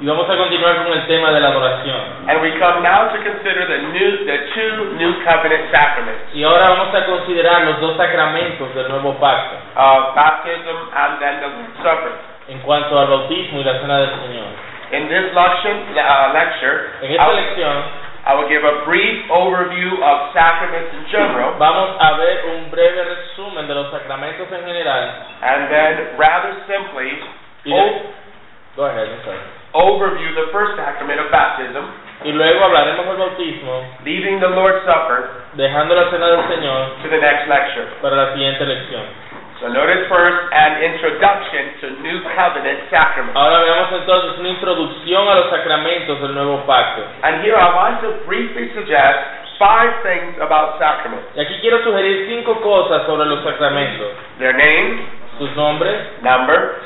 Y vamos a continuar con el tema de la adoración. And we come now to consider the new the two new covenant sacraments, Y ahora vamos a considerar los dos sacramentos del nuevo pacto uh, baptism and then the supper. en cuanto al bautismo y la cena del Señor. In this lecture, uh, lecture En I, esta will, lección I will give a brief overview of sacraments in general, vamos a ver un breve resumen de los sacramentos en general. and then rather simply Y, o- Oh. Go ahead, I'm sorry. overview the first sacrament of baptism, y luego hablaremos del bautismo, leaving the Lord's Supper dejando la cena del Señor to the next lecture. para la siguiente lección. So notice first an introduction to new covenant sacraments. Ahora veamos entonces una introducción a los sacramentos del nuevo pacto. And here I want to briefly suggest five things about sacraments. Y aquí quiero sugerir cinco cosas sobre los sacramentos. Their name, Sus nombres, number,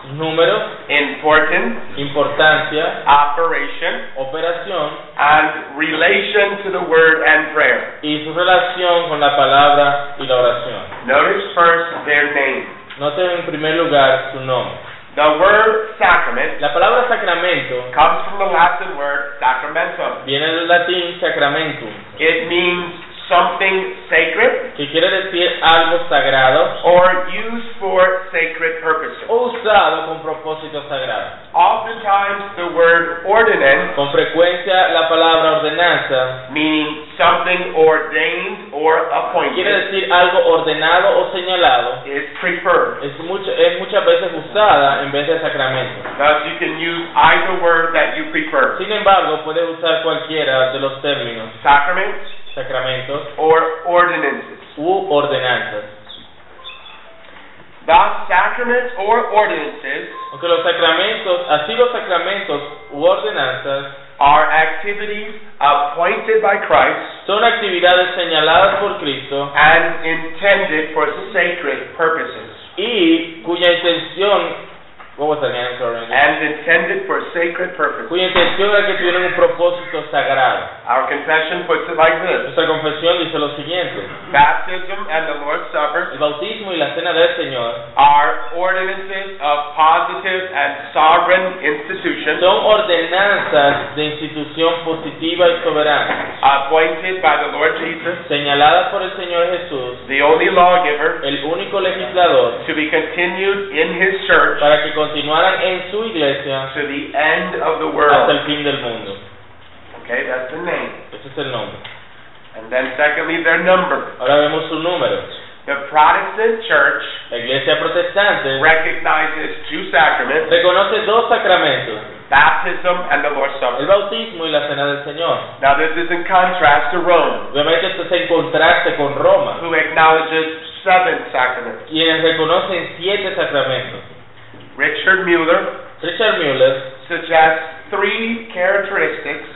sus números, importance, importancia, operation, operación and relation to the word and prayer. y su relación con la palabra y la oración. Notice first their name. Noten en primer lugar su nombre. The word sacrament La palabra sacramento comes from the Latin word sacramentum. viene del latín sacramentum, It means something sacred que quiere decir algo sagrado or used for sacred purposes. o usado con propósito sagrado. Oftentimes, the word ordinance, Con frecuencia la palabra ordenanza meaning something ordained or quiere appointed, decir algo ordenado o señalado. is preferred. Es, mucho- es muchas veces usada en vez de sacramento. Thus, you can use either word that you prefer Sin embargo, puede usar cualquiera de los términos sacraments sacramentos or ordinances. u ordenanzas. Thus, sacraments or ordinances Aunque los sacramentos, así los sacramentos u ordenanzas, are activities appointed by Christ son actividades señaladas por Cristo and intended for sacred purposes. y cuya intención, what was that again? I'm sorry. And intended for sacred purposes. cuya intención era que tuvieran un propósito sagrado. Our confession puts it like this. Nuestra confesión dice lo siguiente. Baptism and the Lord's Supper El bautismo y la cena del Señor are ordinances of positive and sovereign institutions son ordenanzas de institución positiva y soberana, appointed by the Lord Jesus, señaladas por el Señor Jesús, the only lawgiver, el único legislador, to be continued in his church para que continuaran en su iglesia to the end of the hasta world. el fin del mundo. Okay, that's the name. Ese es el nombre. And then secondly, their number. Ahora vemos su número. The Protestant church La iglesia protestante recognizes two sacraments, reconoce dos sacramentos, baptism and the Lord's el Supper. bautismo y la cena del Señor. Now this is in contrast to Rome, Obviamente esto se en contraste con Roma, who acknowledges seven sacraments. quienes reconocen siete sacramentos. Richard Mueller Richard Mueller suggests three characteristics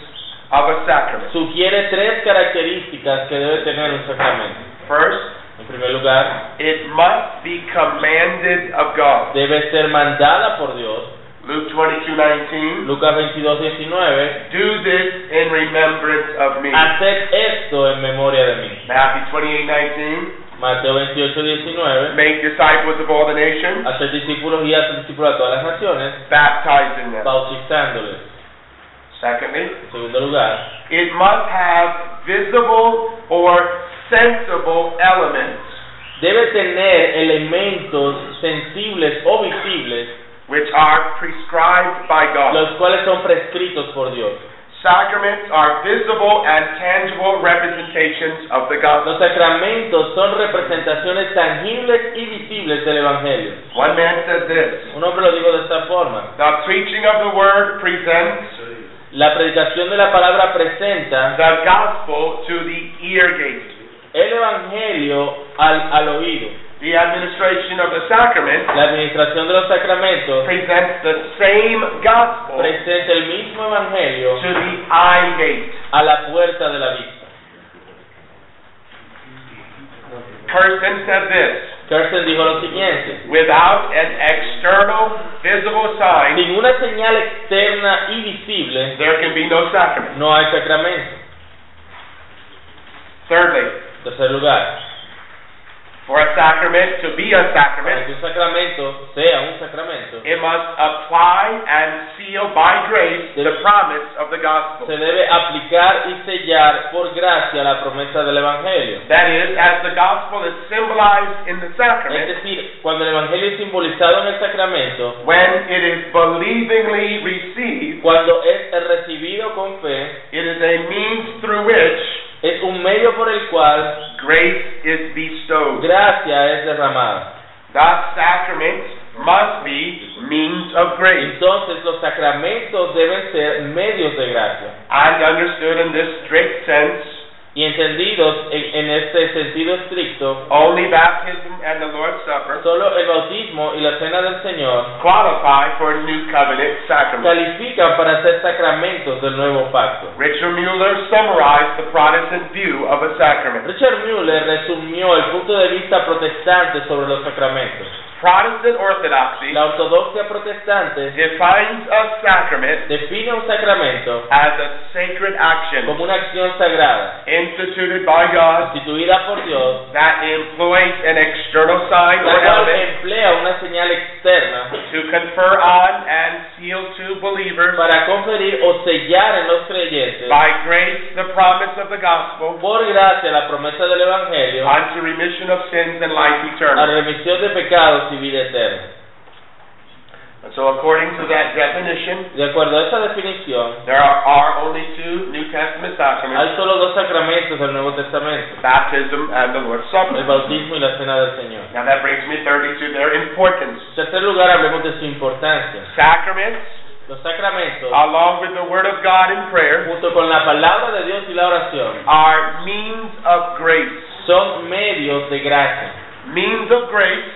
of a sacrament. sugiere tres características que debe tener un sacramento. First, En primer lugar, it must be commanded of God. debe ser mandada por Dios. Luke 22:19. Lucas 22, 19. Do this in remembrance of me. Haced esto en memoria de mí. Matthew 28:19. Mateo 28, 19. Make disciples of all the nations, Hacer discípulos y hacer discípulos a todas las naciones, baptizing them. bautizándoles. Secondly, En segundo lugar, it must have visible or sensible elements debe tener elementos sensibles o visibles, which are prescribed by God. los cuales son prescritos por Dios. Sacraments are visible and tangible representations of the gospel. Los sacramentos son representaciones tangibles y visibles del Evangelio. One man said this Un hombre lo dijo de esta forma. The preaching of the word presents La predicación de la palabra presenta the gospel to the ear gate. el Evangelio al, al oído. The administration of the sacrament La administración de los sacramentos presents the same gospel to presenta el mismo Evangelio the eye gate. a la puerta de la vista. Kirsten said this Kirsten dijo lo siguiente. Without an external, visible sign, Sin una señal externa y visible there can be no sacrament. no hay sacramento. Thirdly, En tercer lugar, For a sacrament to be a Para que sacrament, un sacramento sea un sacramento, it must apply and seal by grace the promise of the gospel. se debe aplicar y sellar por gracia la promesa del Evangelio. That is, as the gospel is symbolized in the Es sacrament, decir, cuando el Evangelio es simbolizado en el sacramento, when it is believingly received, cuando es recibido con fe, it is a means through which es un medio por el cual grace is bestowed. gracia es derramada. Thus, sacraments must be means of grace. Entonces los sacramentos deben ser medios de gracia And understood in this strict sense, y entendidos en, en este sentido estricto, only baptism and the Lord's Supper solo el bautismo y la cena del Señor qualify for new covenant sacrament. califican para ser sacramentos del nuevo pacto. Richard Mueller summarized the Protestant view of a sacrament. Richard Mueller resumió el punto de vista protestante sobre los sacramentos. Protestant orthodoxy La ortodoxia protestante defines a sacrament define un sacramento as a sacred action como una acción sagrada, instituted by God instituida por Dios, that employs an external sign or la cual element emplea una señal externa to confer on and seal to believers para conferir o sellar en los creyentes by grace the promise of the gospel por gracia la promesa del Evangelio unto remission of sins and life la eternal. remisión de pecados y vida eterna. And so according to that definition, De acuerdo a esa definición, there are, are only two New Testament hay sacraments, solo dos sacramentos del Nuevo Testamento, baptism and the Lord's Supper. el bautismo y la cena del Señor. Now that brings me thirdly to their importance. En tercer lugar, hablemos de su importancia. Sacraments, Los sacramentos, along with the Word of God and prayer, junto con la palabra de Dios y la oración, are means of grace. son medios de gracia. Means of grace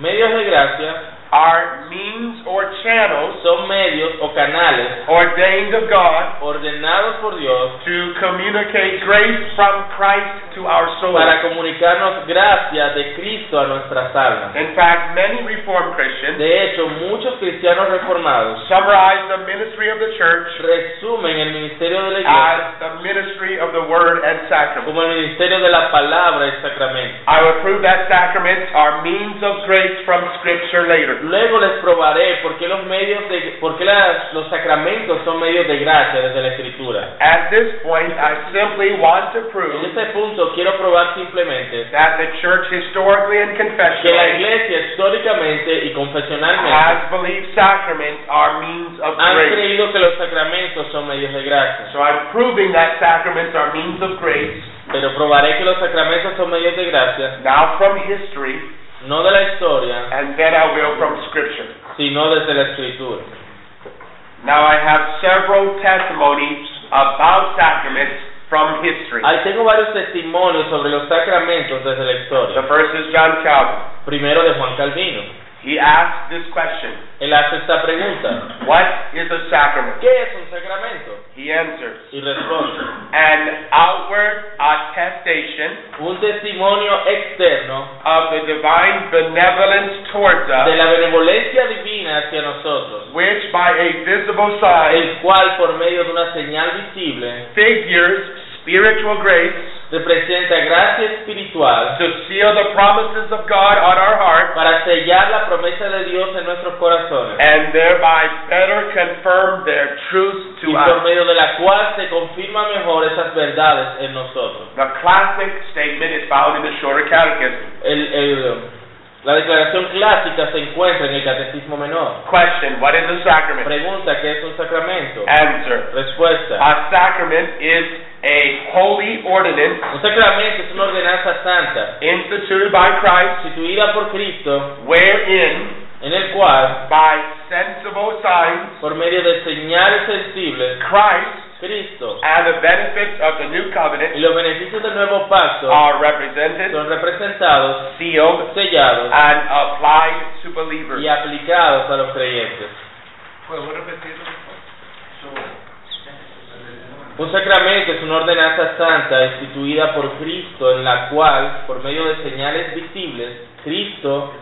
Medios de gracia are means or channels son medios o canales ordained of God ordenados por Dios to communicate grace from Christ to our soul. para comunicarnos gracia de Cristo a nuestras almas. In fact, many Reformed Christians De hecho, muchos cristianos reformados summarize the ministry of the church resumen el ministerio de la as iglesia the ministry of the Word and sacrament. como el ministerio de la palabra y sacramento. I will prove that sacraments are means of grace from Scripture later. Luego les probaré por qué los medios de por qué las- los sacramentos son medios de gracia desde la escritura. At this point, I simply want to En prove este punto quiero probar simplemente that the church historically and que la confessionally iglesia históricamente y has confesionalmente believed sacraments are means of han grace. creído que los sacramentos son medios de gracia, So I'm proving that sacraments are means of grace pero probaré que los sacramentos son medios de gracia now from history, no de la historia, and then I will from Scripture. sino desde la escritura. Now I have several testimonies about sacraments from history. Ahí tengo varios testimonios sobre los sacramentos desde la The historia. first is John Calvin. Primero de Juan Calvino. He asked this question: Él hace esta pregunta. What is a sacrament? ¿Qué es un sacramento? He answers. Y responde, an outward attestation un testimonio externo of the divine benevolence towards de us, la benevolencia divina hacia nosotros, which by a visible sign el cual por medio de una señal visible figures spiritual grace representa gracia espiritual to seal the promises of God on our hearts para sellar la promesa de Dios en nuestros corazones and thereby better confirm their truth to y por us. medio de la cual se confirman mejor esas verdades en nosotros. The classic statement is found in the Shorter Catechism. El- el- la declaración clásica se encuentra en el Catecismo Menor. Question, what is a sacrament? Pregunta, ¿qué es un sacramento? Answer, Respuesta. a sacrament is a holy ordinance Un sacramento es una ordenanza santa instituted by Christ instituida por Cristo wherein en el cual, by sensible signs, por medio de señales sensibles, Christ Cristo and the benefits of the new y covenant los beneficios del nuevo pacto are represented, son representados, sealed, sellados and applied to believers. y aplicados a los creyentes. Un sacramento es una ordenanza santa instituida por Cristo en la cual, por medio de señales visibles, Cristo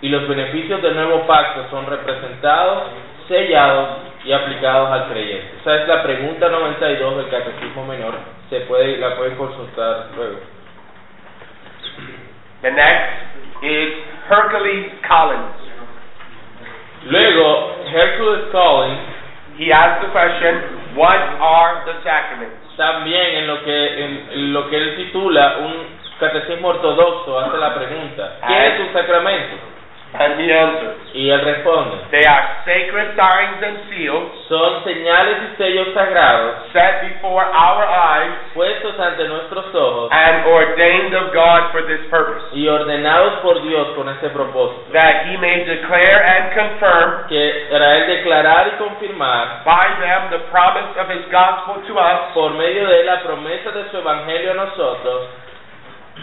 y los beneficios del nuevo pacto son representados, sellados y aplicados al creyente. Esa es la pregunta 92 del Catecismo Menor. Se puede, la pueden consultar luego. The next is Hercules Collins. Luego, Hercules Collins He asked the question, What are the sacraments? también en lo que en- en lo que él titula un catecismo ortodoxo hace la pregunta ¿qué es un sacramento? And he answers, y él responde They are sacred signs and seals son señales y sellos sagrados set before our eyes puestos ante nuestros ojos and ordained of God for this purpose, y ordenados por Dios con este propósito that he may declare and confirm que para él declarar y confirmar by them the promise of his gospel to us. por medio de la promesa de su evangelio a nosotros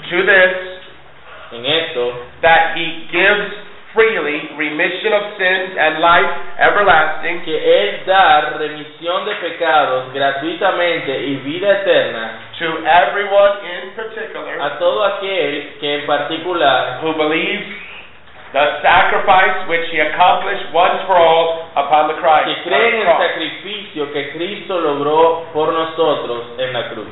To this, en esto that he gives freely remission of sins and life everlasting que él da remisión de pecados gratuitamente y vida eterna to everyone in particular a todo aquel que en particular who believes the sacrifice which he accomplished once for all upon the Christ. on the que creen en el cross. sacrificio que Cristo logró por nosotros en la cruz.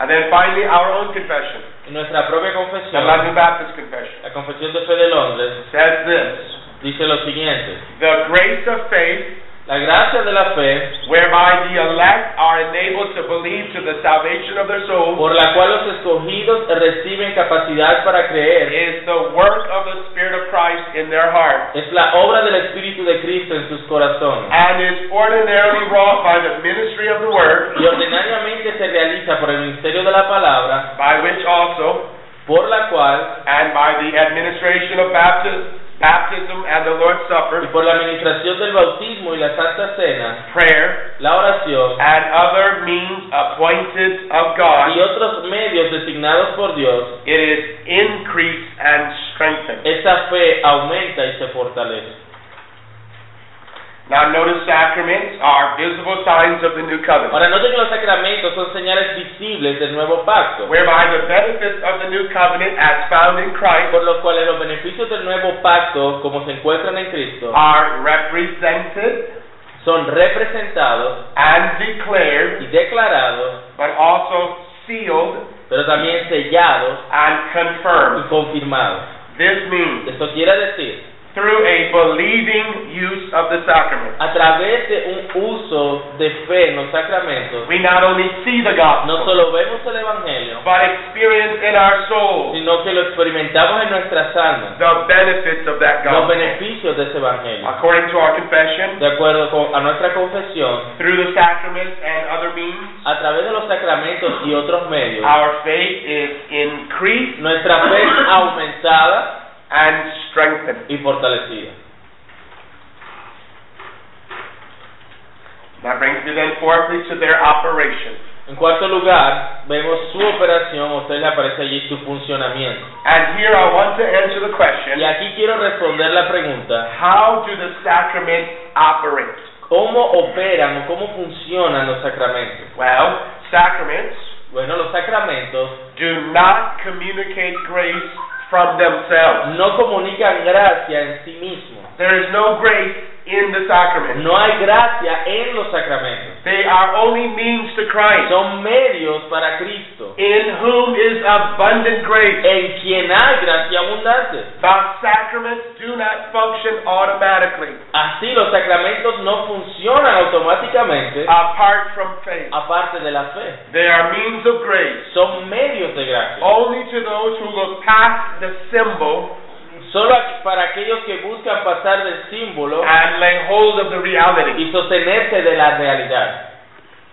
And then finally, our own confession, En nuestra propia the confesión, London Baptist Confession, la Confesión de Fe de Londres, says this dice lo siguiente, The grace of faith la gracia de la fe, whereby the elect are enabled to believe to the salvation of their souls. por la cual los escogidos reciben capacidad para creer, is the work of the Spirit of Christ in their heart es la obra del Espíritu de Cristo en sus corazones and is ordinarily wrought by the ministry of the Word, y ordinariamente se realiza por el ministerio de la palabra, by which also, por la cual and by the administration of baptism, baptism and the Lord's y Supper, por la administración del bautismo y la Santa Cena, prayer, la oración and other means appointed of y God, otros medios designados por Dios, it is increased and strengthened. Esa fe aumenta y se fortalece. Now notice sacraments are visible signs of the new covenant, Ahora, noten que los sacramentos son señales visibles del nuevo pacto, whereby the benefits of the new covenant as found in Christ por los cuales los beneficios del nuevo pacto, como se encuentran en Cristo, are represented son representados and declared, y declarados, but also sealed pero también sellados and confirmed. y confirmados. This means Esto quiere decir, through a believing use of the sacrament. a través de un uso de fe en los sacramentos, We not only see the no gospel, solo vemos el Evangelio, but experience in our souls sino que lo experimentamos en nuestras almas, the benefits of that los gospel. beneficios de ese Evangelio. According to our confession, De acuerdo con, a nuestra confesión, through the sacraments and other means, A través de los sacramentos y otros medios, our faith is increased nuestra fe es aumentada and strengthened. y fortalecida. That brings me then fourthly to their operation. En cuarto lugar, vemos su operación, o sea, le aparece allí su funcionamiento. And here I want to answer the question Y aquí quiero responder la pregunta, How do the sacraments operate? ¿cómo operan o cómo funcionan los sacramentos? Well, sacraments Bueno, los sacramentos do not communicate grace from themselves. no comunican gracia en sí mismos. There is no grace in the sacrament. No hay gracia en los sacramentos. They are only means to Christ, Son medios para Cristo, in whom is abundant grace. en quien hay gracia abundante. The sacraments do not function automatically Así los sacramentos no funcionan automáticamente Ah. apart from faith. aparte de la fe. They are means of grace Son medios de gracia. only to those who look past the symbol Solo aqu- para aquellos que buscan pasar del símbolo and lay hold of the reality. y sostenerse de la realidad.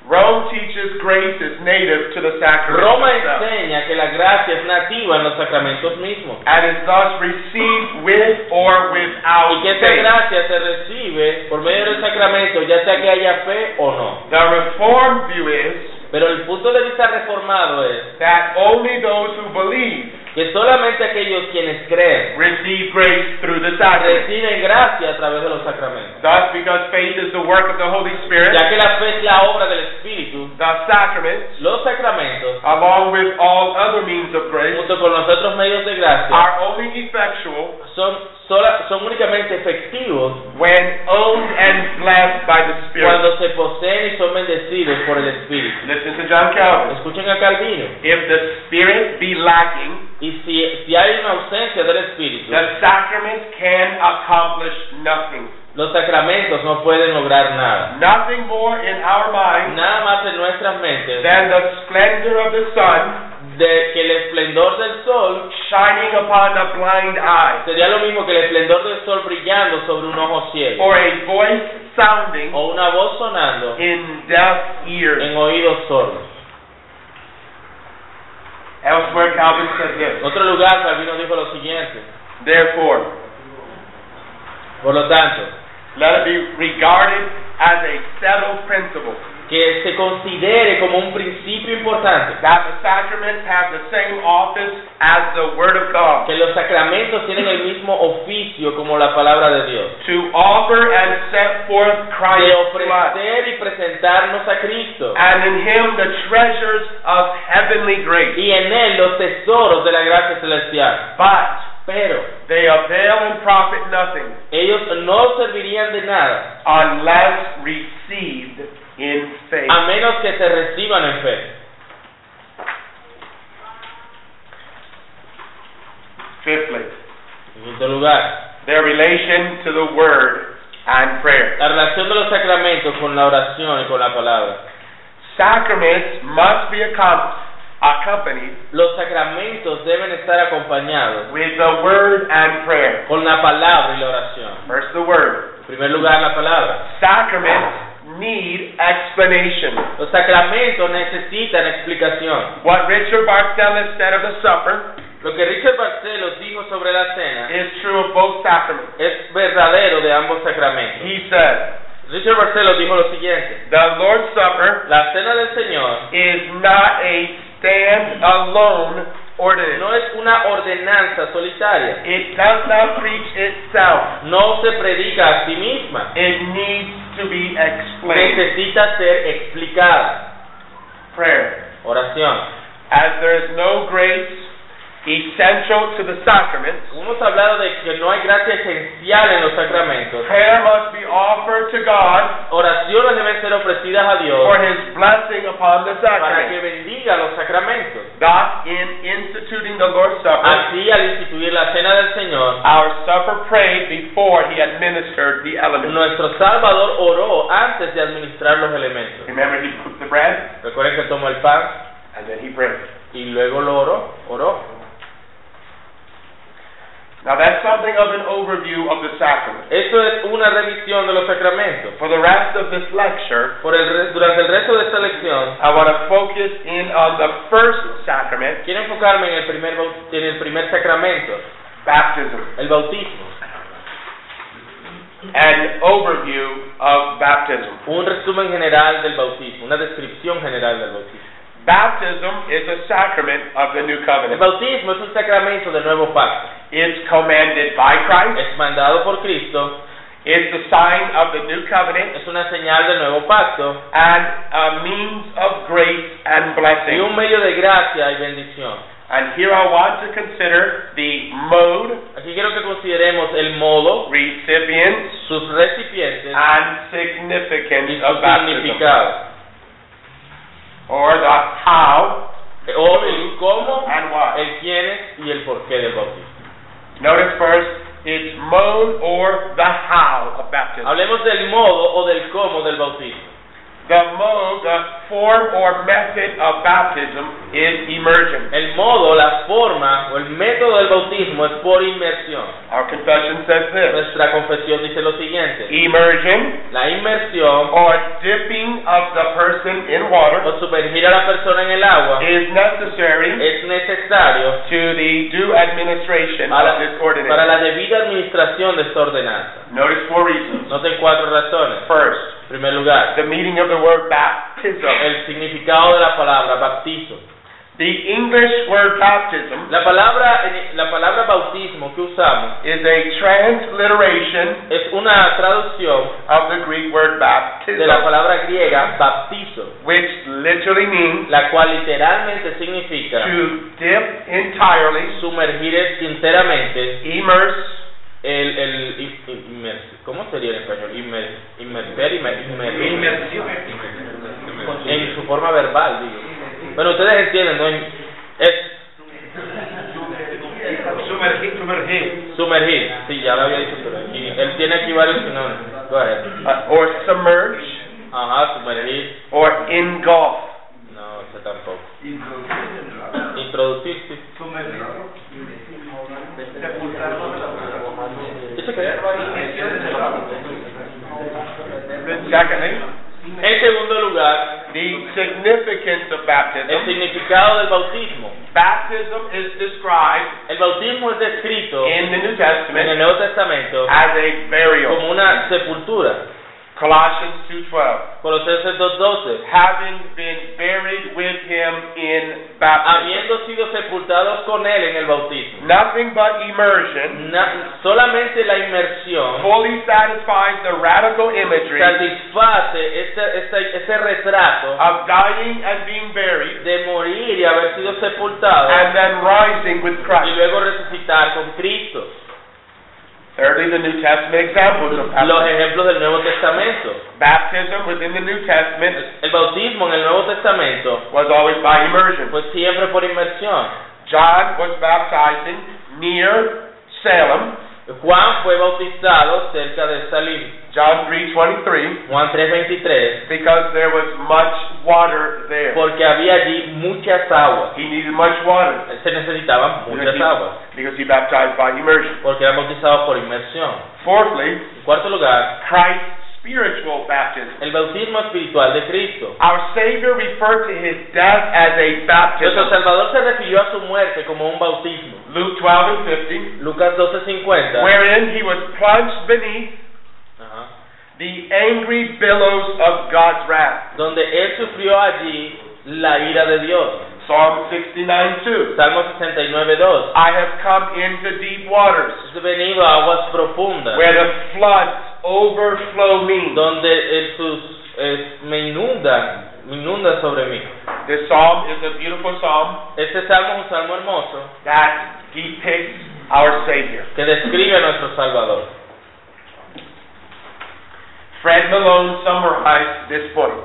Rome teaches grace is native to the sacrament. Roma itself. enseña que la gracia es nativa en los sacramentos mismos and is thus received with or without y que esa faith. gracia se recibe por medio del sacramento, ya sea que haya fe o no. The Reformed view is Pero el punto de vista reformado es that only those who believe que solamente aquellos quienes creen receive grace through the sacrament. reciben gracia a través de los sacramentos. Thus, because faith is the work of the Holy Spirit, Ya que la fe es la obra del Espíritu, the sacraments, Los sacramentos, along with all other means of grace, junto con los otros medios de gracia, are only effectual son, sola- son únicamente efectivos when owned and blessed by the Spirit. cuando se poseen y son bendecidos por el Espíritu. Listen to John Calvin. Escuchen a Calvino. If the Spirit be lacking, Y si, si hay una ausencia del Espíritu, the sacrament can accomplish nothing. los sacramentos no pueden lograr nada. Nothing more in our mind Nada más en nuestras mentes than the splendor of the sun de que el esplendor del sol shining upon a blind eye, sería lo mismo que el esplendor del sol brillando sobre un ojo ciego or a voice sounding o una voz sonando in deaf ears. en oídos sordos. Elsewhere, Calvin said En this. otro lugar, Calvino dijo lo siguiente. Therefore, Por lo tanto, let it be regarded as a settled principle que se considere como un principio importante that the sacraments have the same office as the Word of God, que los sacramentos tienen el mismo oficio como la palabra de Dios. to offer and set forth De Christ's blood, ofrecer y presentarnos a Cristo and in Him the treasures of heavenly grace. y en Él los tesoros de la gracia celestial. But Pero they avail and profit nothing ellos no servirían de nada unless received in faith. a menos que se reciban en fe. Fifthly, En quinto lugar, their relation to the Word and prayer. la relación de los sacramentos con la oración y con la palabra. Sacraments must be accom- accompanied Los sacramentos deben estar acompañados with the Word and prayer. con la palabra y la oración. First, the Word. En primer lugar, la palabra. Sacraments need explanation. Los sacramentos necesitan explicación. What Richard Barcelos said of the Supper Lo que Richard Barcelos dijo sobre la cena is true of both sacraments. es verdadero de ambos sacramentos. He said, Richard Barcelos dijo lo siguiente. The Lord's Supper La cena del Señor is not a stand alone ordinance, no es una ordenanza solitaria. it does not preach itself. No se predica a sí misma. It needs to be explained. Necesita ser explicada. Prayer. Oración. As there is no grace essential to the sacraments, Hemos hablado de que no hay gracia esencial en los sacramentos. prayer must be offered to God Oraciones deben ser ofrecidas a for Dios His blessing upon the para que sacrament. bendiga los sacramentos. Thus, in instituting the Lord's Supper, Así, al instituir la cena del Señor, our supper prayed before He administered the elements. nuestro Salvador oró antes de administrar los elementos. Remember, He took the bread Recuerden que tomó el pan and then He prayed. y luego lo oró. Oró. Now, that's something of an overview of the sacrament. Esto es una revisión de los sacramentos. For the rest of this lecture, Por el re- durante el resto de esta lección, I want to focus in on the first sacrament, quiero enfocarme en el primer, bau- en el primer sacramento, baptism, el bautismo. an overview of baptism. Un resumen general del bautismo, una descripción general del bautismo. Baptism is a sacrament of the new El covenant. bautismo es un sacramento del nuevo pacto. It's commanded by Christ. Es mandado por Cristo, It's the sign of the new covenant es una señal del nuevo pacto and a means of grace and y blessing. un medio de gracia y bendición. And here I want to consider the mode, Aquí quiero que consideremos el modo, recipients, sus recipientes and y significance of su baptism, significado. or the how O el cómo, and why. el quiénes y el porqué del bautismo. Notice first, it's mode or the how of baptism. Hablemos del modo o del cómo del bautismo. The mode, the form or method of baptism is immersion. El modo, la forma o el método del bautismo es por inmersión. Our confession says this Nuestra confesión dice lo siguiente. immersion La inmersión or dipping of the person in water o sumergir a la persona en el agua is necessary es necesario to the due administration of para, this para ordinance. la debida administración de esta ordenanza. Notice four reasons. Noten cuatro razones. First, En primer lugar, the meaning of the word baptism. el significado de la palabra bautismo. The English word baptism La palabra, en- la palabra bautismo que usamos is a transliteration es una traducción of the Greek word de la baptism, palabra griega baptizo, which literally means la cual literalmente significa to dip entirely, sumergir es sinceramente immerse, el, el in- in- inmers- ¿cómo sería en español? Inmer- inmerser, inmer- inmergir. en su forma verbal, digo. Pero ustedes entienden, ¿no? Es sumergir. Sumergir, sí, ya lo había dicho, pero aquí, él tiene aquí varios sinónimos. Go ahead. uh, or submerge, Ajá, sumergir. or engulf. No, ese tampoco. Introducir. Introducir, sí. Sumergir. Sepultar. Secondly, En segundo lugar, the significance of el baptism. significado del bautismo. Baptism is described El bautismo es descrito in the New en el Testament Nuevo Testamento as a burial. como una sepultura. Colossians 2:12. Colosenses 2.12. Having been buried with him in baptism. Habiendo sido sepultados con él en el bautismo. Nothing but immersion Na- solamente la inmersión fully satisfies the radical imagery satisface ese, ese- ese retrato of dying and being buried de morir y haber sido sepultado and then rising with y Christ. luego resucitar con Cristo. Thirdly, the New Testament examples of Los baptism. ejemplos del Nuevo Testamento. Baptism within the New Testament El bautismo en el Nuevo Testamento was always by immersion. fue siempre por inmersión. John was baptizing near Salem, Juan fue bautizado cerca de Salim, John 3:23, Juan 3:23, because there was much water there. porque había allí muchas aguas. He needed much water Se necesitaban muchas aguas, because he baptized by immersion. porque eran bautizados por inmersión. Fourthly, En cuarto lugar, Christ's spiritual baptism. el bautismo espiritual de Cristo. Our Savior referred to his death as a Nuestro baptism. Salvador se refirió a su muerte como un bautismo. Luke 12 and 15, Lucas 12:50. wherein he was plunged beneath Ajá. the angry billows of God's wrath. Donde él sufrió allí la ira de Dios. Psalm 69 2. Salmo 69:2. I have come into deep waters Es venido a aguas profundas, where the floods overflow me. donde eh, sus eh, me inundan, me inundan sobre mí. This psalm is a beautiful psalm Este salmo es un salmo hermoso that depicts our Savior. que describe a nuestro Salvador. Fred Malone summarized this point.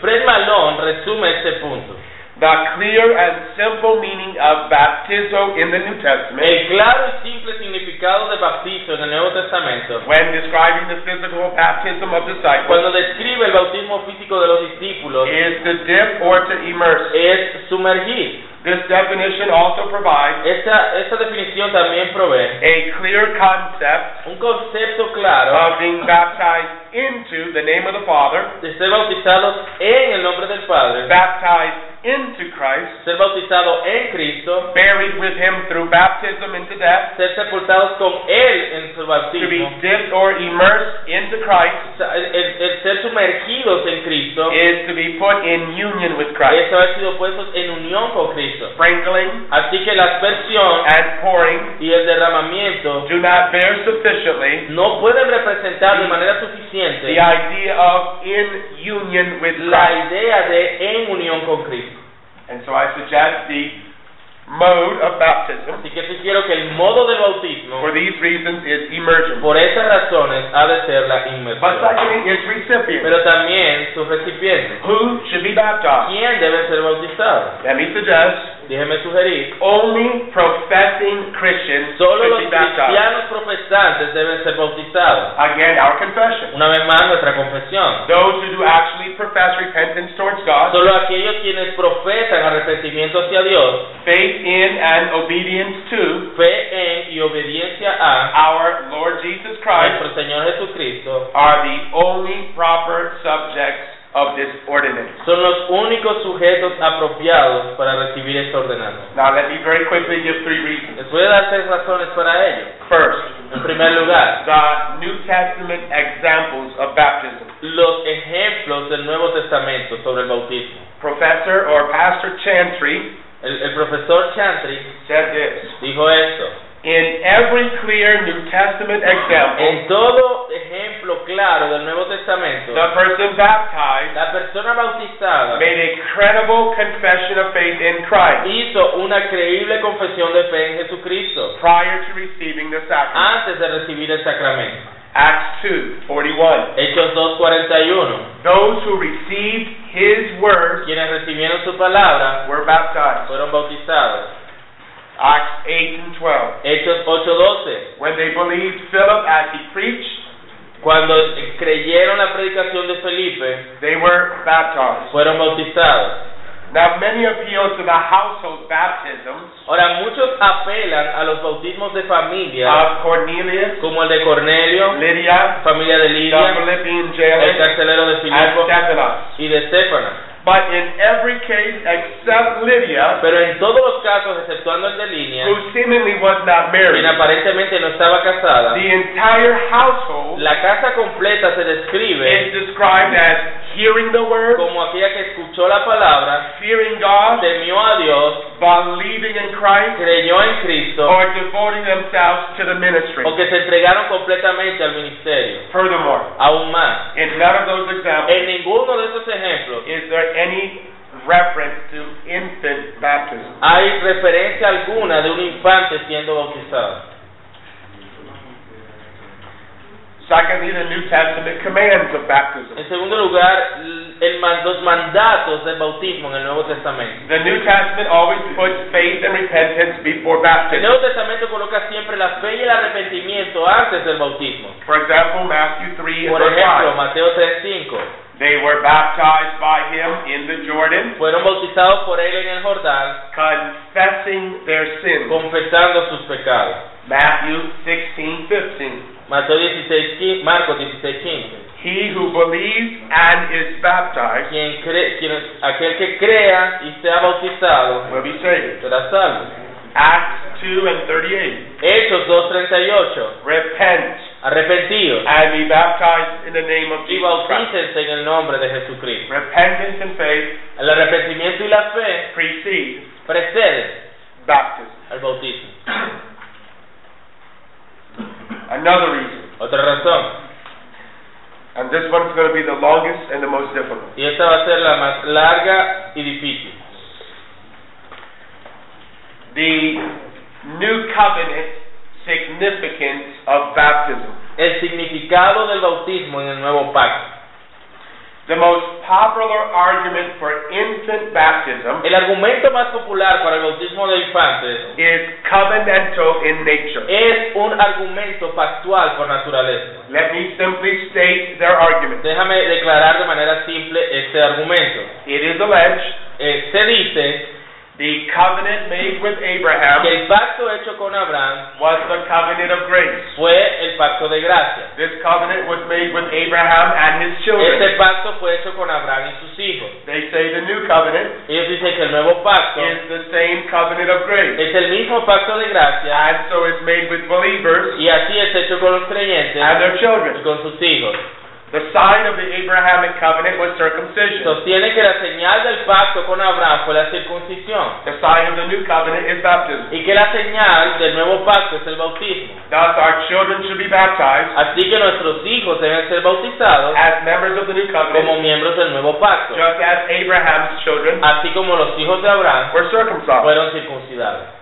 Fred Malone resume este punto. The clear and simple meaning of baptizo in the New Testament, El claro y simple significado de bautismo en el Nuevo Testamento, when describing the physical baptism of disciples, cuando describe el bautismo físico de los discípulos, is to dip or to immerse. es sumergir. This definition also provides Esta, esta definición también provee a clear concept un concepto claro of being baptized into the name of the Father, de ser bautizados en el nombre del Padre, baptized into Christ, ser bautizados en Cristo, buried with Him through baptism into death, ser sepultados con Él en su to be bautismo, dipped or immersed into Christ O sea, el, el- el ser sumergidos en Cristo, is to be put in union with Christ, es haber sido puestos en unión con Cristo. sprinkling Así que la aspersión and pouring y el derramamiento do not bear sufficiently no pueden representar de manera suficiente the idea of in union with Christ. la idea de en unión con Cristo. And so I suggest the mode of baptism Así que sugiero que el modo del bautismo, for these reasons is immersion. por esas razones, ha de ser la But inmersión. secondly, its recipient. Pero también su recipiente. Who should be baptized? ¿Quién debe ser bautizado? Let me suggest Déjeme sugerir. only professing Christians Solo los should be baptized. cristianos protestantes deben ser bautizados. Again, our confession. Una vez más, nuestra confesión. Those who do actually profess repentance towards God, Solo aquellos quienes profesan arrepentimiento hacia Dios, faith in and obedience to fe en y obediencia a our Lord Jesus Christ nuestro Señor Jesucristo are the only proper subjects of this ordinance. son los únicos sujetos apropiados para recibir esta ordenanza. Now, let me very quickly give three reasons. Les voy a dar tres razones para ello. First, En primer lugar, the New Testament examples of baptism. los ejemplos del Nuevo Testamento sobre el bautismo. Professor or Pastor Chantry El, el profesor Chantry said this dijo esto. In every clear New Testament example, En todo ejemplo claro del Nuevo Testamento, the person baptized la persona bautizada made a credible confession of faith in Christ hizo una creíble confesión de fe en Jesucristo prior to receiving the sacrament. antes de recibir el sacramento. Acts 2 41. Hechos 2.41. Those who received his word Quienes recibieron su palabra were baptized. fueron bautizados. Acts 8 and 12. Hechos 8:12. When they believed Philip as he preached, Cuando creyeron la predicación de Felipe, they were baptized. fueron bautizados. Now many appeal to the household baptisms Ahora, muchos apelan a los bautismos de familia, of Cornelius, como el de Cornelio, Lydia, familia the de Lidia, Philippian el jailer, carcelero de and Filipo Stephanos. y de Estéfana. But in every case except Lydia, Pero en todos los casos, exceptuando el de Línea, who seemingly was not married, quien aparentemente no estaba casada, the entire household la casa completa se is describe described as hearing the word, como aquella que escuchó la palabra, fearing God, temió a Dios, believing in Christ, creyó en Cristo, or devoting themselves to the ministry. o que se entregaron completamente al ministerio. Furthermore, Aún más, in none of those examples en ninguno de esos ejemplos is there any reference to infant baptism. hay referencia alguna de un infante siendo bautizado. Secondly, the New Testament commands of baptism. En segundo lugar, el man- los mandatos del bautismo en el Nuevo Testamento. The New Testament always puts faith and repentance before El baptism. Nuevo Testamento coloca siempre la fe y el arrepentimiento antes del bautismo. For example, Matthew 3 and Por ejemplo, verse Mateo 3:5, 5. They were baptized by him in the Jordan, fueron bautizados por él en el Jordán, confessing their sins. confesando sus pecados. Matthew 16, 15. Mateo 16, Marcos 16:15. He who believes and is baptized Quien cree, quien- aquel que crea y sea bautizado will be saved. será salvo. Acts 2 and 38. Hechos 2:38. Repent Arrepentidos and be baptized in the name of y Jesus Christ. bautícense en el nombre de Jesucristo. Repentance and faith El arrepentimiento y la fe precedes preceden baptism. al bautismo. Another reason, Otra razón, and this one's going to be the longest and the most difficult. y esta va a ser la más larga y difícil. The new covenant significance of baptism. El significado del bautismo en el nuevo pacto. The most popular argument for infant baptism El argumento más popular para el bautismo de infantes is covenantal in nature. es un argumento pactual por naturaleza. Let me simply state their argument. Déjame declarar de manera simple este argumento. It is alleged Eh, se dice the covenant made with que Abraham el pacto hecho con Abraham was the covenant of grace. fue el pacto de gracia. This covenant was made with Abraham and his Este children. pacto fue hecho con Abraham y sus hijos. They say the new covenant Ellos dicen que el nuevo pacto is the same covenant of grace. es el mismo pacto de gracia And so it's made with believers y así es hecho con los and creyentes their y children. con sus hijos. The sign of the Abrahamic covenant was circumcision. Sostiene que la señal del pacto con Abraham fue la circuncisión The sign of the new covenant is baptism. y que la señal del nuevo pacto es el bautismo. Thus, our children should be baptized Así que nuestros hijos deben ser bautizados as members of the new como covenant, miembros del nuevo pacto, just as Abraham's children así como los hijos de Abraham were circumcised. fueron circuncidados.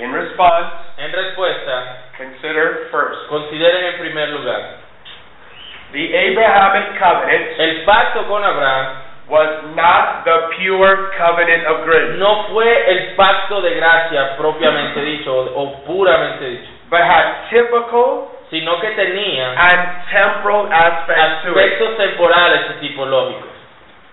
In response, En respuesta, consider first consideren en primer lugar, the Abrahamic covenant el pacto con Abraham was not the pure covenant of grace. no fue el pacto de gracia propiamente dicho o, o puramente dicho, but had typical sino que tenía and temporal aspects to it. aspectos temporales y tipológicos.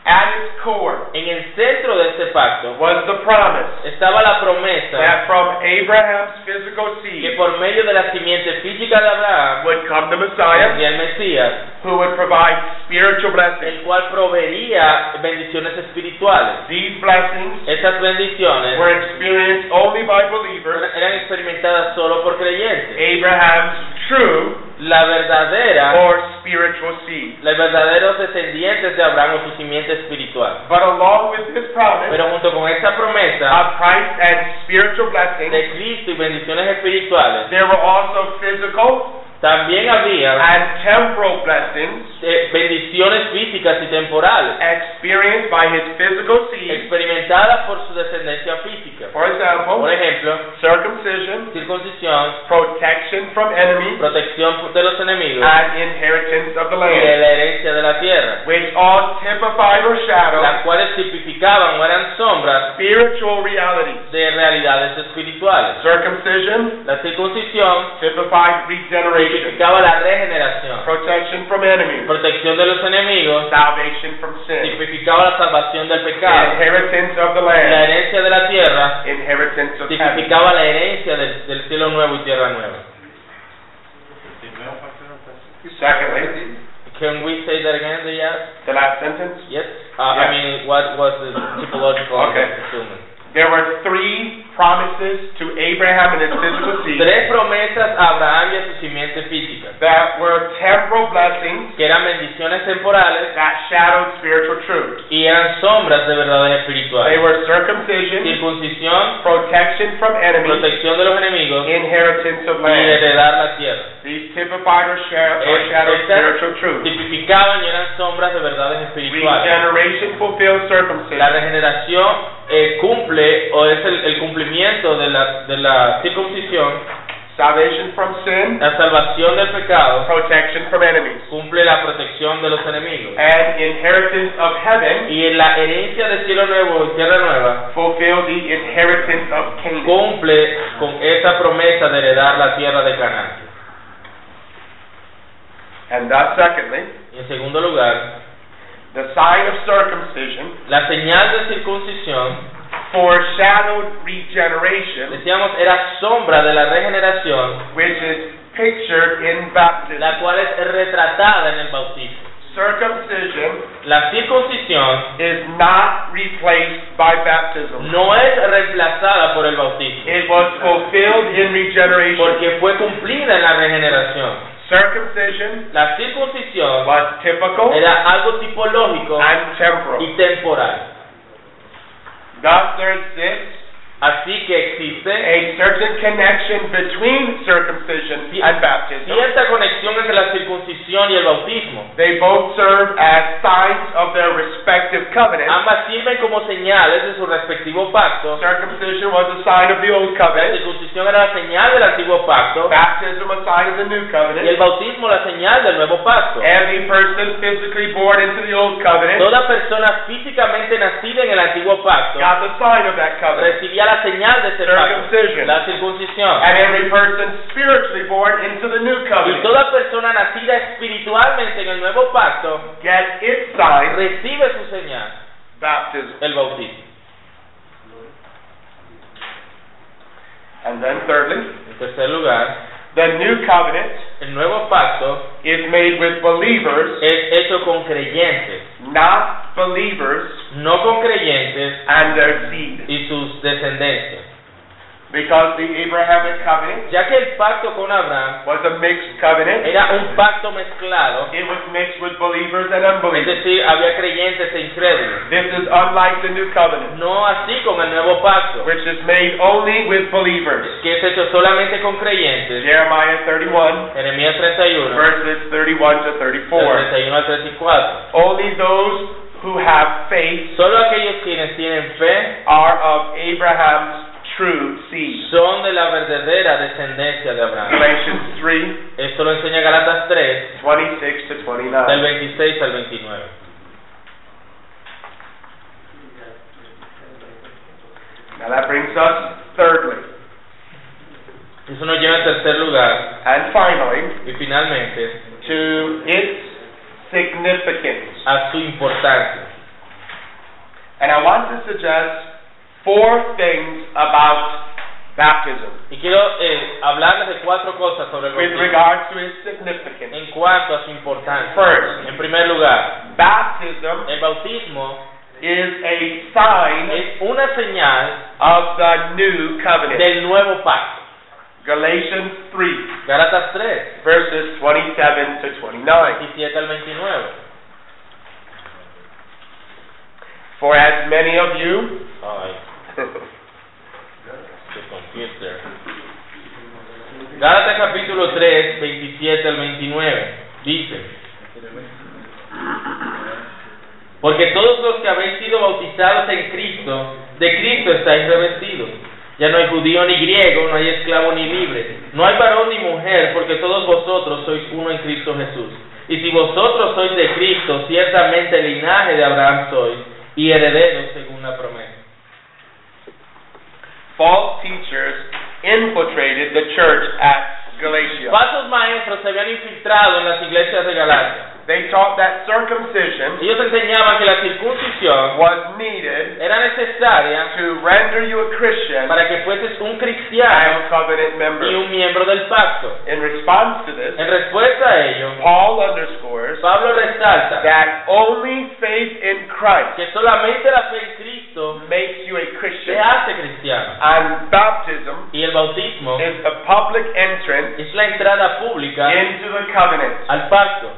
At its core En el centro de este pacto was the promise estaba la promesa that from Abraham's physical que seed por medio de la simiente física de Abraham would come the Messiah, vendría el Mesías, who would provide spiritual blessings. el cual proveería bendiciones espirituales. These blessings Estas bendiciones were experienced only by believers. eran experimentadas solo por Eh. creyentes. Abraham's true La verdadera, or spiritual seed. los verdaderos descendientes de Abraham o su simiente espiritual. But along with this promise Pero junto con esta promesa, of Christ and spiritual blessings, de Cristo y bendiciones espirituales, there were also physical también había and temporal blessings eh, bendiciones físicas y temporales, experienced by his physical seed, experimentadas por su descendencia física. for example, Por ejemplo, circumcision, circuncisión, protection from enemies, protección de los enemigos Ah, and inheritance of the y de land. la herencia de de la tierra, which all typified or las shadowed cuales tipificaban o eran sombras spiritual realities. de realidades espirituales. Circumcision La circuncisión typified regeneration, tipificaba la regeneración, protection from enemies, protección de los enemigos, salvation from sin, tipificaba la salvación del pecado, inheritance of the la land, herencia de la tierra, inheritance of heaven. tipificaba la herencia del, del cielo nuevo y tierra nueva. Secondly, Can we say that again, the yes? the last sentence, Yes? Uh, Yes. I mean, what was the typological Okay. fulfillment? there were three promises to Abraham and his physical seed Tres promesas a Abraham y a su simiente física, that were temporal blessings que eran bendiciones temporales that shadowed spiritual truth. y eran sombras de verdades They espirituales. were circumcision, Circuncisión, protection from enemies, protección de los enemigos inheritance of y land. heredar la tierra. These typified or shadow, or Eh, shadow estas- spiritual truth. Tipificaban y eran sombras de verdades espirituales. Regeneration fulfills La circumcision. regeneración eh, cumple o es el, el cumplimiento de la, de la circuncisión, Salvation from sin, la salvación del pecado, protection from enemies, cumple la protección de los enemigos. and inheritance of heaven Y en la herencia del cielo nuevo y tierra nueva fulfill the inheritance of Canaan. cumple con esa promesa de heredar la tierra de Canaán. And thus, secondly, Y en segundo lugar, the sign of circumcision la señal de circuncisión, foreshadowed regeneration, decíamos, era sombra de la regeneración, which is pictured in baptism. la cual es retratada en el bautismo. Circumcision La circuncisión is not replaced by baptism. no es reemplazada por el bautismo, It was fulfilled in regeneration. porque fue cumplida en la regeneración. Circumcision La circuncisión was typical era algo tipológico and temporal. y temporal. Thus, there exists Así que existe a certain connection between circumcision and baptism. Cierta conexión entre la circuncisión y el bautismo. They both serve as signs of their respective covenants. Ambas sirven como señales de su respectivo pacto. Circumcision was a sign of the old La covenant. circuncisión era la señal del antiguo pacto Baptism a sign of the new y el covenant. bautismo la señal del nuevo pacto. Every person physically born into the old covenant Toda persona físicamente nacida en el antiguo pacto got the sign of that covenant, recibía la señal de ese pacto, circumcision. la circuncisión. And every person spiritually born into the new Y covenant toda persona nacida espiritualmente en el nuevo pacto gets its sign, recibe su señal, baptism. el bautismo. And then thirdly, En tercer lugar, the new covenant el nuevo pacto is made with believers, es hecho con creyentes. not believers no con creyentes and their seed. y sus descendencias. Because the Abrahamic covenant Ya que el pacto con Abraham was a mixed covenant. era un pacto mezclado, It was mixed with believers and es unbelievers. decir, había creyentes e incrédulos. This is unlike the new covenant, No así con el nuevo pacto, which is made only with believers. que es hecho solamente con creyentes. Jeremiah 31, Jeremías 31, del verses 31 to 34. 31 al 34. Only those who have faith Solo aquellos quienes tienen fe are of Abraham's true seed. son de la verdadera descendencia de Abraham. Galatians 3, Esto lo enseña Galatas 3, 26 to del 29. 26 al 29. Now that brings us thirdly Eso nos lleva en tercer lugar and finally y finalmente to its significance. a su importancia. And I want to suggest four things about baptism Y quiero eh, hablarles de cuatro cosas sobre el with bautismo regard to its significance. en cuanto a su importancia. First. En primer lugar, Baptism el bautismo is a sign es una señal of the new covenant. del nuevo pacto. Galatians 3, Galatas 3, verses 27 to 29. 17 al 29. For as many of you, Ay, se confused there. Gálatas capítulo 3, 27 al 29. Dice, porque todos los que habéis sido bautizados en Cristo, de Cristo estáis revestidos. Ya no hay judío ni griego, no hay esclavo ni libre, no hay varón ni mujer, porque todos vosotros sois uno en Cristo Jesús. Y si vosotros sois de Cristo, ciertamente el linaje de Abraham sois y herederos según la promesa. False teachers infiltrated the church at Galatia. Falsos maestros se habían infiltrado en las iglesias de Galacia. They taught that circumcision Ellos enseñaban que la circuncisión was needed era necesaria to render you a Christian para que fueses un and cristiano a covenant y member. un miembro del pacto. In response to this, En respuesta a ello, Paul underscores Pablo resalta that only faith in Christ que solamente la fe en Cristo makes you a Christian. te hace cristiano. And baptism Y el bautismo is a public entrance es la entrada pública into the covenant. al pacto.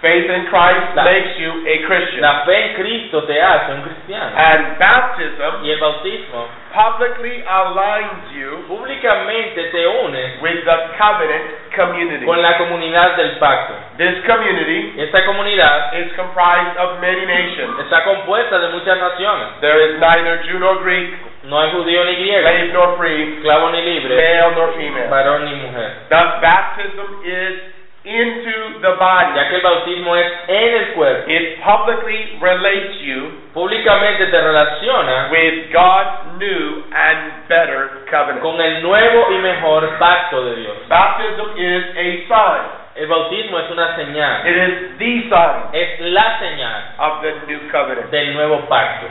Faith in Christ La- makes you a Christian. La fe en Cristo te hace un cristiano. And baptism Y el bautismo publicly aligns you públicamente te une with the covenant community. con la comunidad del pacto. This community Esta comunidad is comprised of many nations. está compuesta de muchas naciones. There is neither Jew nor Greek, No hay judío ni griego, slave nor free, esclavo ni libre, male nor female. varón ni mujer. Thus, baptism is into the Ya body. que el bautismo es en el cuerpo, It publicly relates you públicamente te relaciona with God's new and better covenant. con el nuevo y mejor pacto de Dios. Baptism is a sign. El bautismo es una señal, It is the sign es la señal of the new covenant. del nuevo pacto.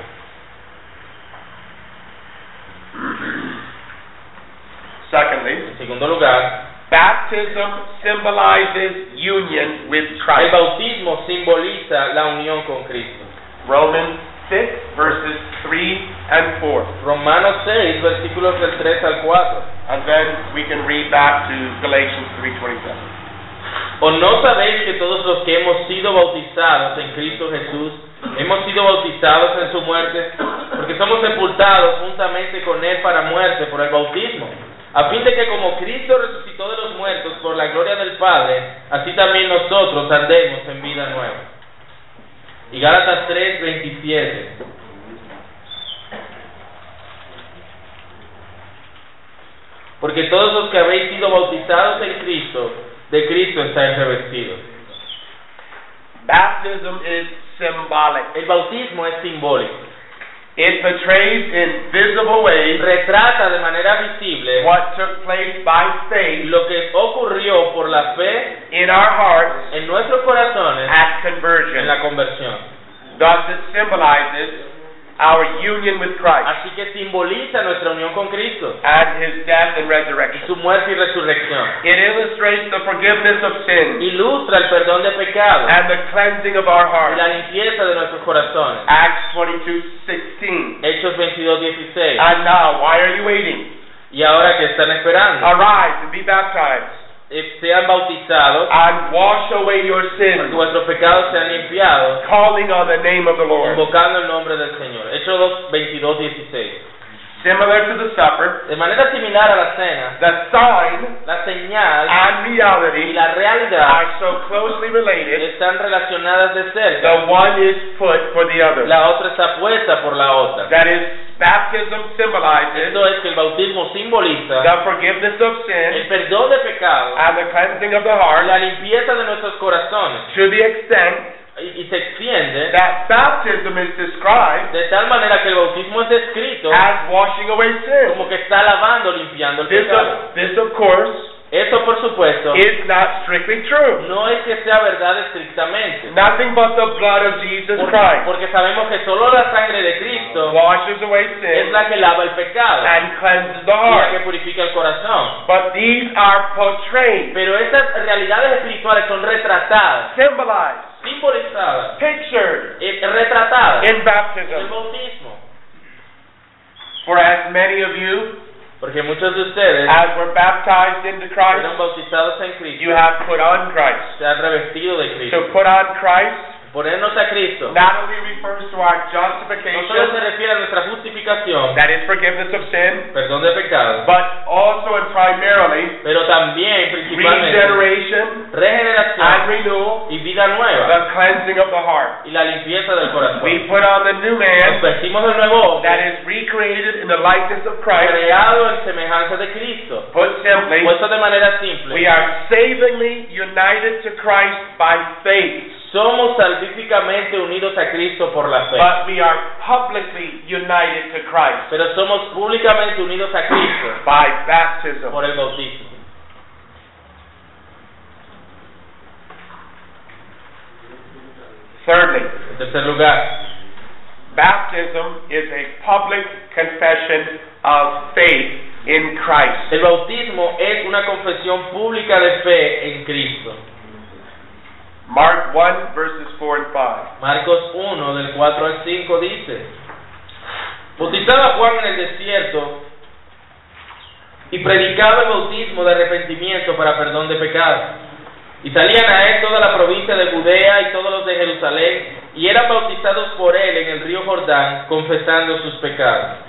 Secondly, En segundo lugar, baptism symbolizes union with el Christ. bautismo simboliza la unión con Cristo. Romans 6 verses 3 and 4. Romanos 6, versículos del 3 al 4. And then we can read back to Galatians 3:27. ¿O no sabéis que todos los que hemos sido bautizados en Cristo Jesús, hemos sido bautizados en su muerte? Porque somos sepultados juntamente con Él para muerte por el bautismo, a fin de que como Cristo resucitó de los muertos por la gloria del Padre, así también nosotros andemos en vida nueva. Y Gálatas 3, 27. Porque todos los que habéis sido bautizados en Cristo, de Cristo estáis revestidos. Baptism is symbolic. El bautismo es simbólico. It portrays in visible ways Retrata de manera visible what took place by faith lo que ocurrió por la fe in our hearts en nuestros corazones at en conversion. la conversión. Thus, it symbolizes our union with Christ Así que simboliza nuestra unión con Cristo and his death and y resurrection. su muerte y resurrección. It illustrates the forgiveness of sin Ilustra el perdón de pecados and the cleansing of our y la hearts. limpieza de nuestros corazones. Acts 22:16. Hechos 22, 16. And now, why are you waiting? Y ahora que están esperando, Arise and be baptized eh, sean bautizados, and wash away your porque sins, vuestros pecados sean limpiados calling on the name of the Lord. invocando el nombre del Señor. Hechos 2, 22, 16. Similar to the supper, De manera similar a la cena, the sign la señal and y reality la realidad are so closely related. están relacionadas de cerca. The one is put for the other. La otra está puesta por la otra. That is, baptism symbolizes Esto es que el bautismo simboliza the forgiveness of el sin perdón de pecados, and the cleansing of the heart la limpieza de nuestros corazones to the extent y, y se extiende that baptism is described de tal manera que el bautismo es descrito as washing away sin. como que está lavando, limpiando el This, of, pecado. this, of course, Esto, por supuesto, is not strictly true. no es que sea verdad estrictamente, Nothing but the blood of Jesus porque, Christ porque sabemos que solo la sangre de Cristo washes away es sin la que lava el pecado. and cleanses the y la heart. que purifica el corazón. But these are portrayed, Pero estas realidades espirituales son retratadas, symbolized, simbolizadas, pictured eh, retratadas en in el baptism. bautismo. For as many of you Porque muchos de ustedes as were baptized into Christ, fueron bautizados en You Cristo, have put on Christ. se han revestido de To Cristo. put on Christ Poner Ponernos a Cristo no not only refers to our solo se justification, refiere a nuestra justificación, that is forgiveness of sin, perdón de pecados, but also and primarily pero también principalmente regeneration and regeneración renewal, y vida the nueva cleansing of the heart. y la limpieza del We corazón. put on the new Nos man vestimos del nuevo that hombre, is recreated in the likeness of Christ. creado en semejanza de Cristo. Put simply, Puesto de manera we simple, are savingly united to Christ by faith, somos salvíficamente unidos a Cristo por la fe, but we are publicly united to Christ pero somos públicamente unidos a Cristo by baptism. por el bautismo. Thirdly, En tercer lugar, Baptism is a public confession of faith in Christ. el bautismo es una confesión pública de fe en Cristo. Mark 1, verses 4 and 5. Marcos 1, del 4 al 5 dice, bautizaba Juan en el desierto y predicaba el bautismo de arrepentimiento para perdón de pecados. Y salían a él toda la provincia de Judea y todos los de Jerusalén, y eran bautizados por él en el río Jordán, confesando sus pecados.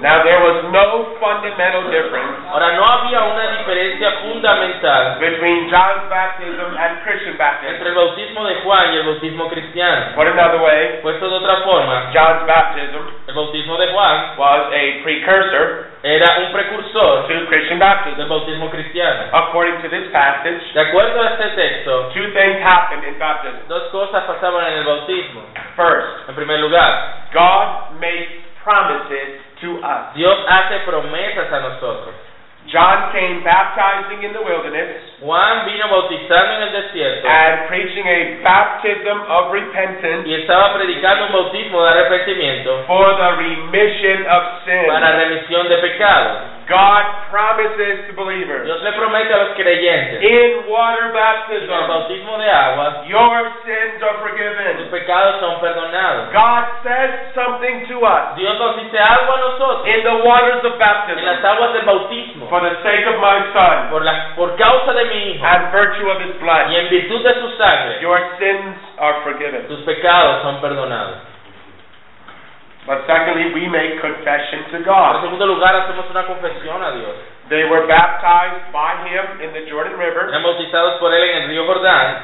Now, there was no fundamental difference Ahora, no había una diferencia fundamental between John's baptism and Christian entre baptism. el bautismo de Juan y el bautismo cristiano. Put another way, Puesto de otra forma, John's baptism el bautismo de Juan was a precursor era un precursor to Christian baptism. del bautismo cristiano. According to this passage, De acuerdo a este texto, two things happened in baptism. dos cosas pasaban en el bautismo. First, En primer lugar, God makes promises to us. Dios hace promesas a nosotros. John came baptizing in the wilderness. Juan vino bautizando en el desierto and preaching a baptism of repentance y estaba predicando un bautismo de arrepentimiento for the remission of sin. para remisión de pecados. God promises to believers Dios le promete a los creyentes in water que con baptism, el bautismo de agua your sins are sus forgiven. pecados son perdonados. God says something to us Dios nos dice algo a nosotros in the waters of en las baptism aguas del bautismo for the sake of my son por, la, por causa de mi hijo and virtue of his y blood. en virtud de su sangre Your sins are forgiven. tus pecados son perdonados. But secondly, we make confession to En God. segundo lugar, hacemos una confesión a Dios. They were baptized by him in the Jordan River, Eran bautizados por Él en el río Jordán,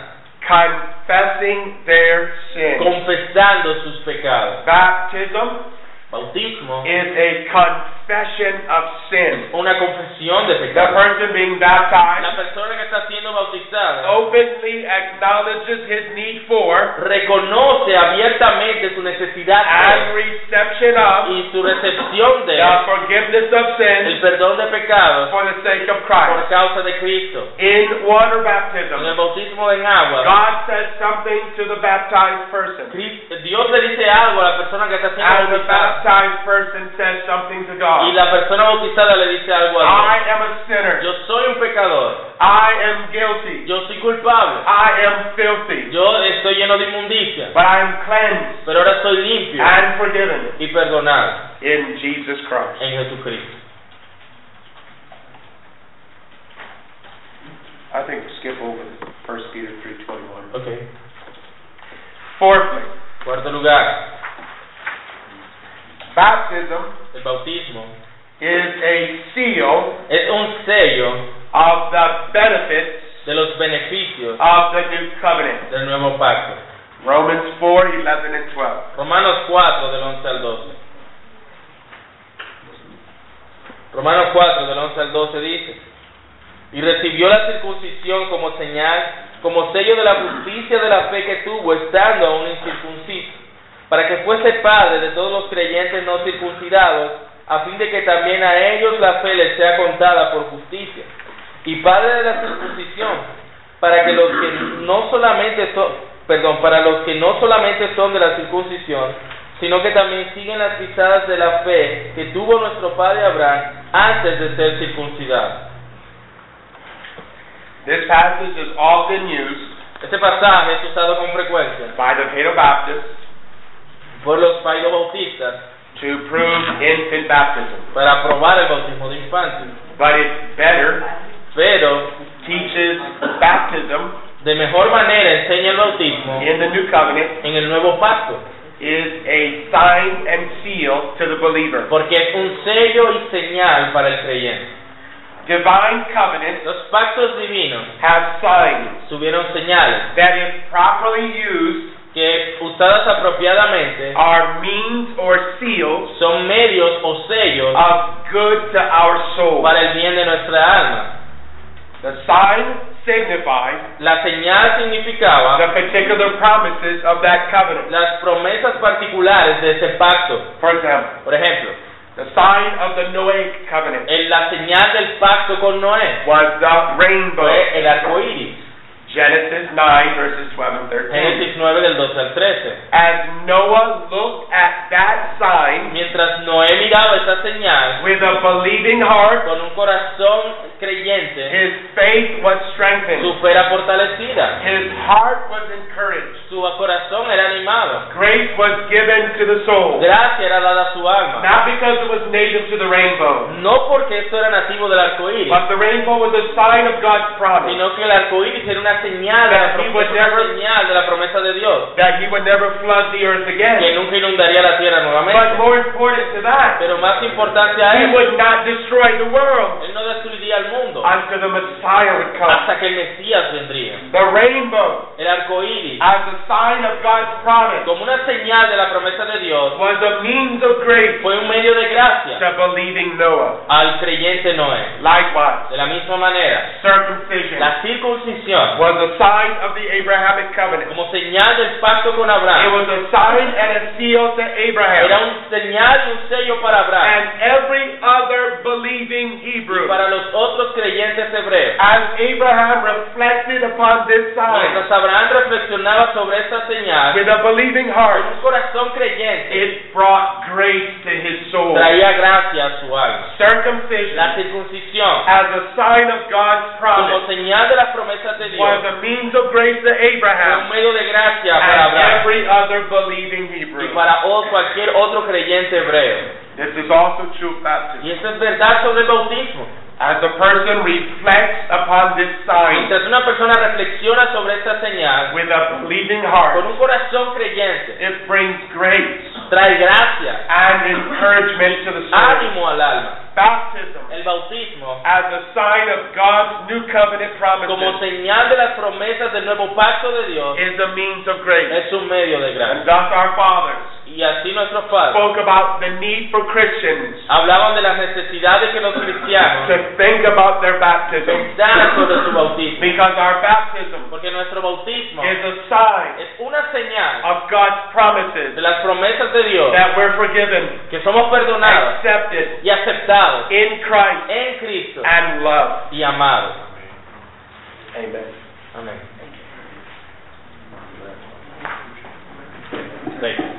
confessing their sins. confesando sus pecados. Baptism Bautismo is a confession of sin. es una confesión de The pecados. person being La baptized persona que está siendo bautizada openly acknowledges his need for reconoce abiertamente su necesidad and reception of y su recepción the de forgiveness of el sin perdón de pecados for the sake of por Christ. causa de Cristo. In water En el baptism, bautismo en agua, God says something to the baptized person, Cris- Dios le dice algo a la persona que está and siendo the bautizada baptized person says something to y God. la persona bautizada le dice algo a I Dios. am a sinner. Yo soy un pecador. I am guilty. Yo soy culpable. I am filthy. Yo estoy lleno de inmundicia. But I am cleansed. Pero ahora soy limpio and forgiven y perdonado in Jesus Christ. en Jesucristo. I think skip over 1 Peter 3:21. Ok. Fourthly, Cuarto lugar, baptism el bautismo is a seal es un sello of the benefits de los beneficios of the new covenant. del nuevo pacto. Romans 4:11 and 12. Romanos 4 del 11 al 12. Romanos 4 del 11 al 12 dice, y recibió la circuncisión como señal, como sello de la justicia de la fe que tuvo estando aún incircunciso, para que fuese padre de todos los creyentes no circuncidados, a fin de que también a ellos la fe les sea contada por justicia, y padre de la circuncisión, para que los que no solamente son, perdón, para los que no solamente son de la circuncisión, sino que también siguen las pisadas de la fe que tuvo nuestro padre Abraham antes de ser circuncidado. This passage is often used Este pasaje es usado con frecuencia by the Baptists por los bautistas to prove infant baptism, para probar el bautismo de infantes, but it better pero teaches baptism de mejor manera enseña el bautismo in the new covenant en el nuevo pacto, is a sign and seal to the believer. porque es un sello y señal para el creyente. Divine covenants Los pactos divinos have signs tuvieron señales that, if properly used, que, usadas apropiadamente, are means or seals son medios o sellos of good to our soul. para el bien de nuestra alma. The sign signifies La señal significaba the particular promises of that covenant. las promesas particulares de ese pacto. For example, Por ejemplo, the sign of the Noahic covenant en la señal del pacto con Noé was the rainbow. fue el arco iris, Genesis 9, verses 12 and 13. Génesis 9 del 12 al 13. As Noah looked at that sign Mientras Noé miraba esa señal, with a believing heart, con un corazón creyente, his faith was su strengthened. fe era fortalecida, His heart was encouraged. su corazón era animado, Grace was given to the soul. gracia era dada a su alma. Not because it was native to the rainbow, No porque esto era nativo del arco iris, but the rainbow was a sign of God's promise sino que el arco iris era una señal, de la promesa, una señal de la promesa de Dios, that he would never flood the earth que again. nunca inundaría la tierra But nuevamente. more important to that, Pero más importante a he él, would not destroy the world él no destruiría el mundo until the Messiah would come. hasta que el Mesías vendría. The rainbow, El arco iris, as a sign of God's promise, como una señal de la promesa de Dios, was a means of grace fue un medio de gracia to believing Noah. al creyente Noé. Likewise, De la misma manera, circumcision la circuncisión was a sign of the Abrahamic covenant. como señal del pacto con It Abraham was a sign and a seal to era Abraham un señal y un sello para Abraham and every other believing y Hebrew. para los otros creyentes hebreos. As Abraham reflected upon this sign Mientras Abraham reflexionaba sobre esta señal, with a believing con heart, un corazón creyente It brought grace to his soul. traía gracia a su alma. La Circumcision, circuncisión, as a sign of God's como promise, señal de las promesas de was Dios, a means of grace to fue un Abraham medio de gracia para and Abraham every other believing y Hebrew. para o- cualquier otro creyente hebreo. This is also true of Y baptism. eso es verdad sobre el bautismo. As a person reflects upon this sign Mientras una persona reflexiona sobre esta señal, with a believing con heart, un corazón creyente, it brings grace trae gracia, and encouragement to the soul. ánimo al alma. Baptism, El bautismo, as a sign of God's new covenant como promises, señal de las promesas del nuevo pacto de Dios, is a means of grace. es un medio de And gracia. thus our fathers Y así nuestros padres spoke about the need for Christians hablaban de las necesidades que los to cristianos think about their baptism pensaran sobre su bautismo. because our baptism Porque nuestro bautismo is a sign es una señal of God's de promises las promesas de Dios, that we're forgiven, que somos perdonados accepted y aceptados in Christ en Cristo and loved. y amados. Amen. Amén. Thank you.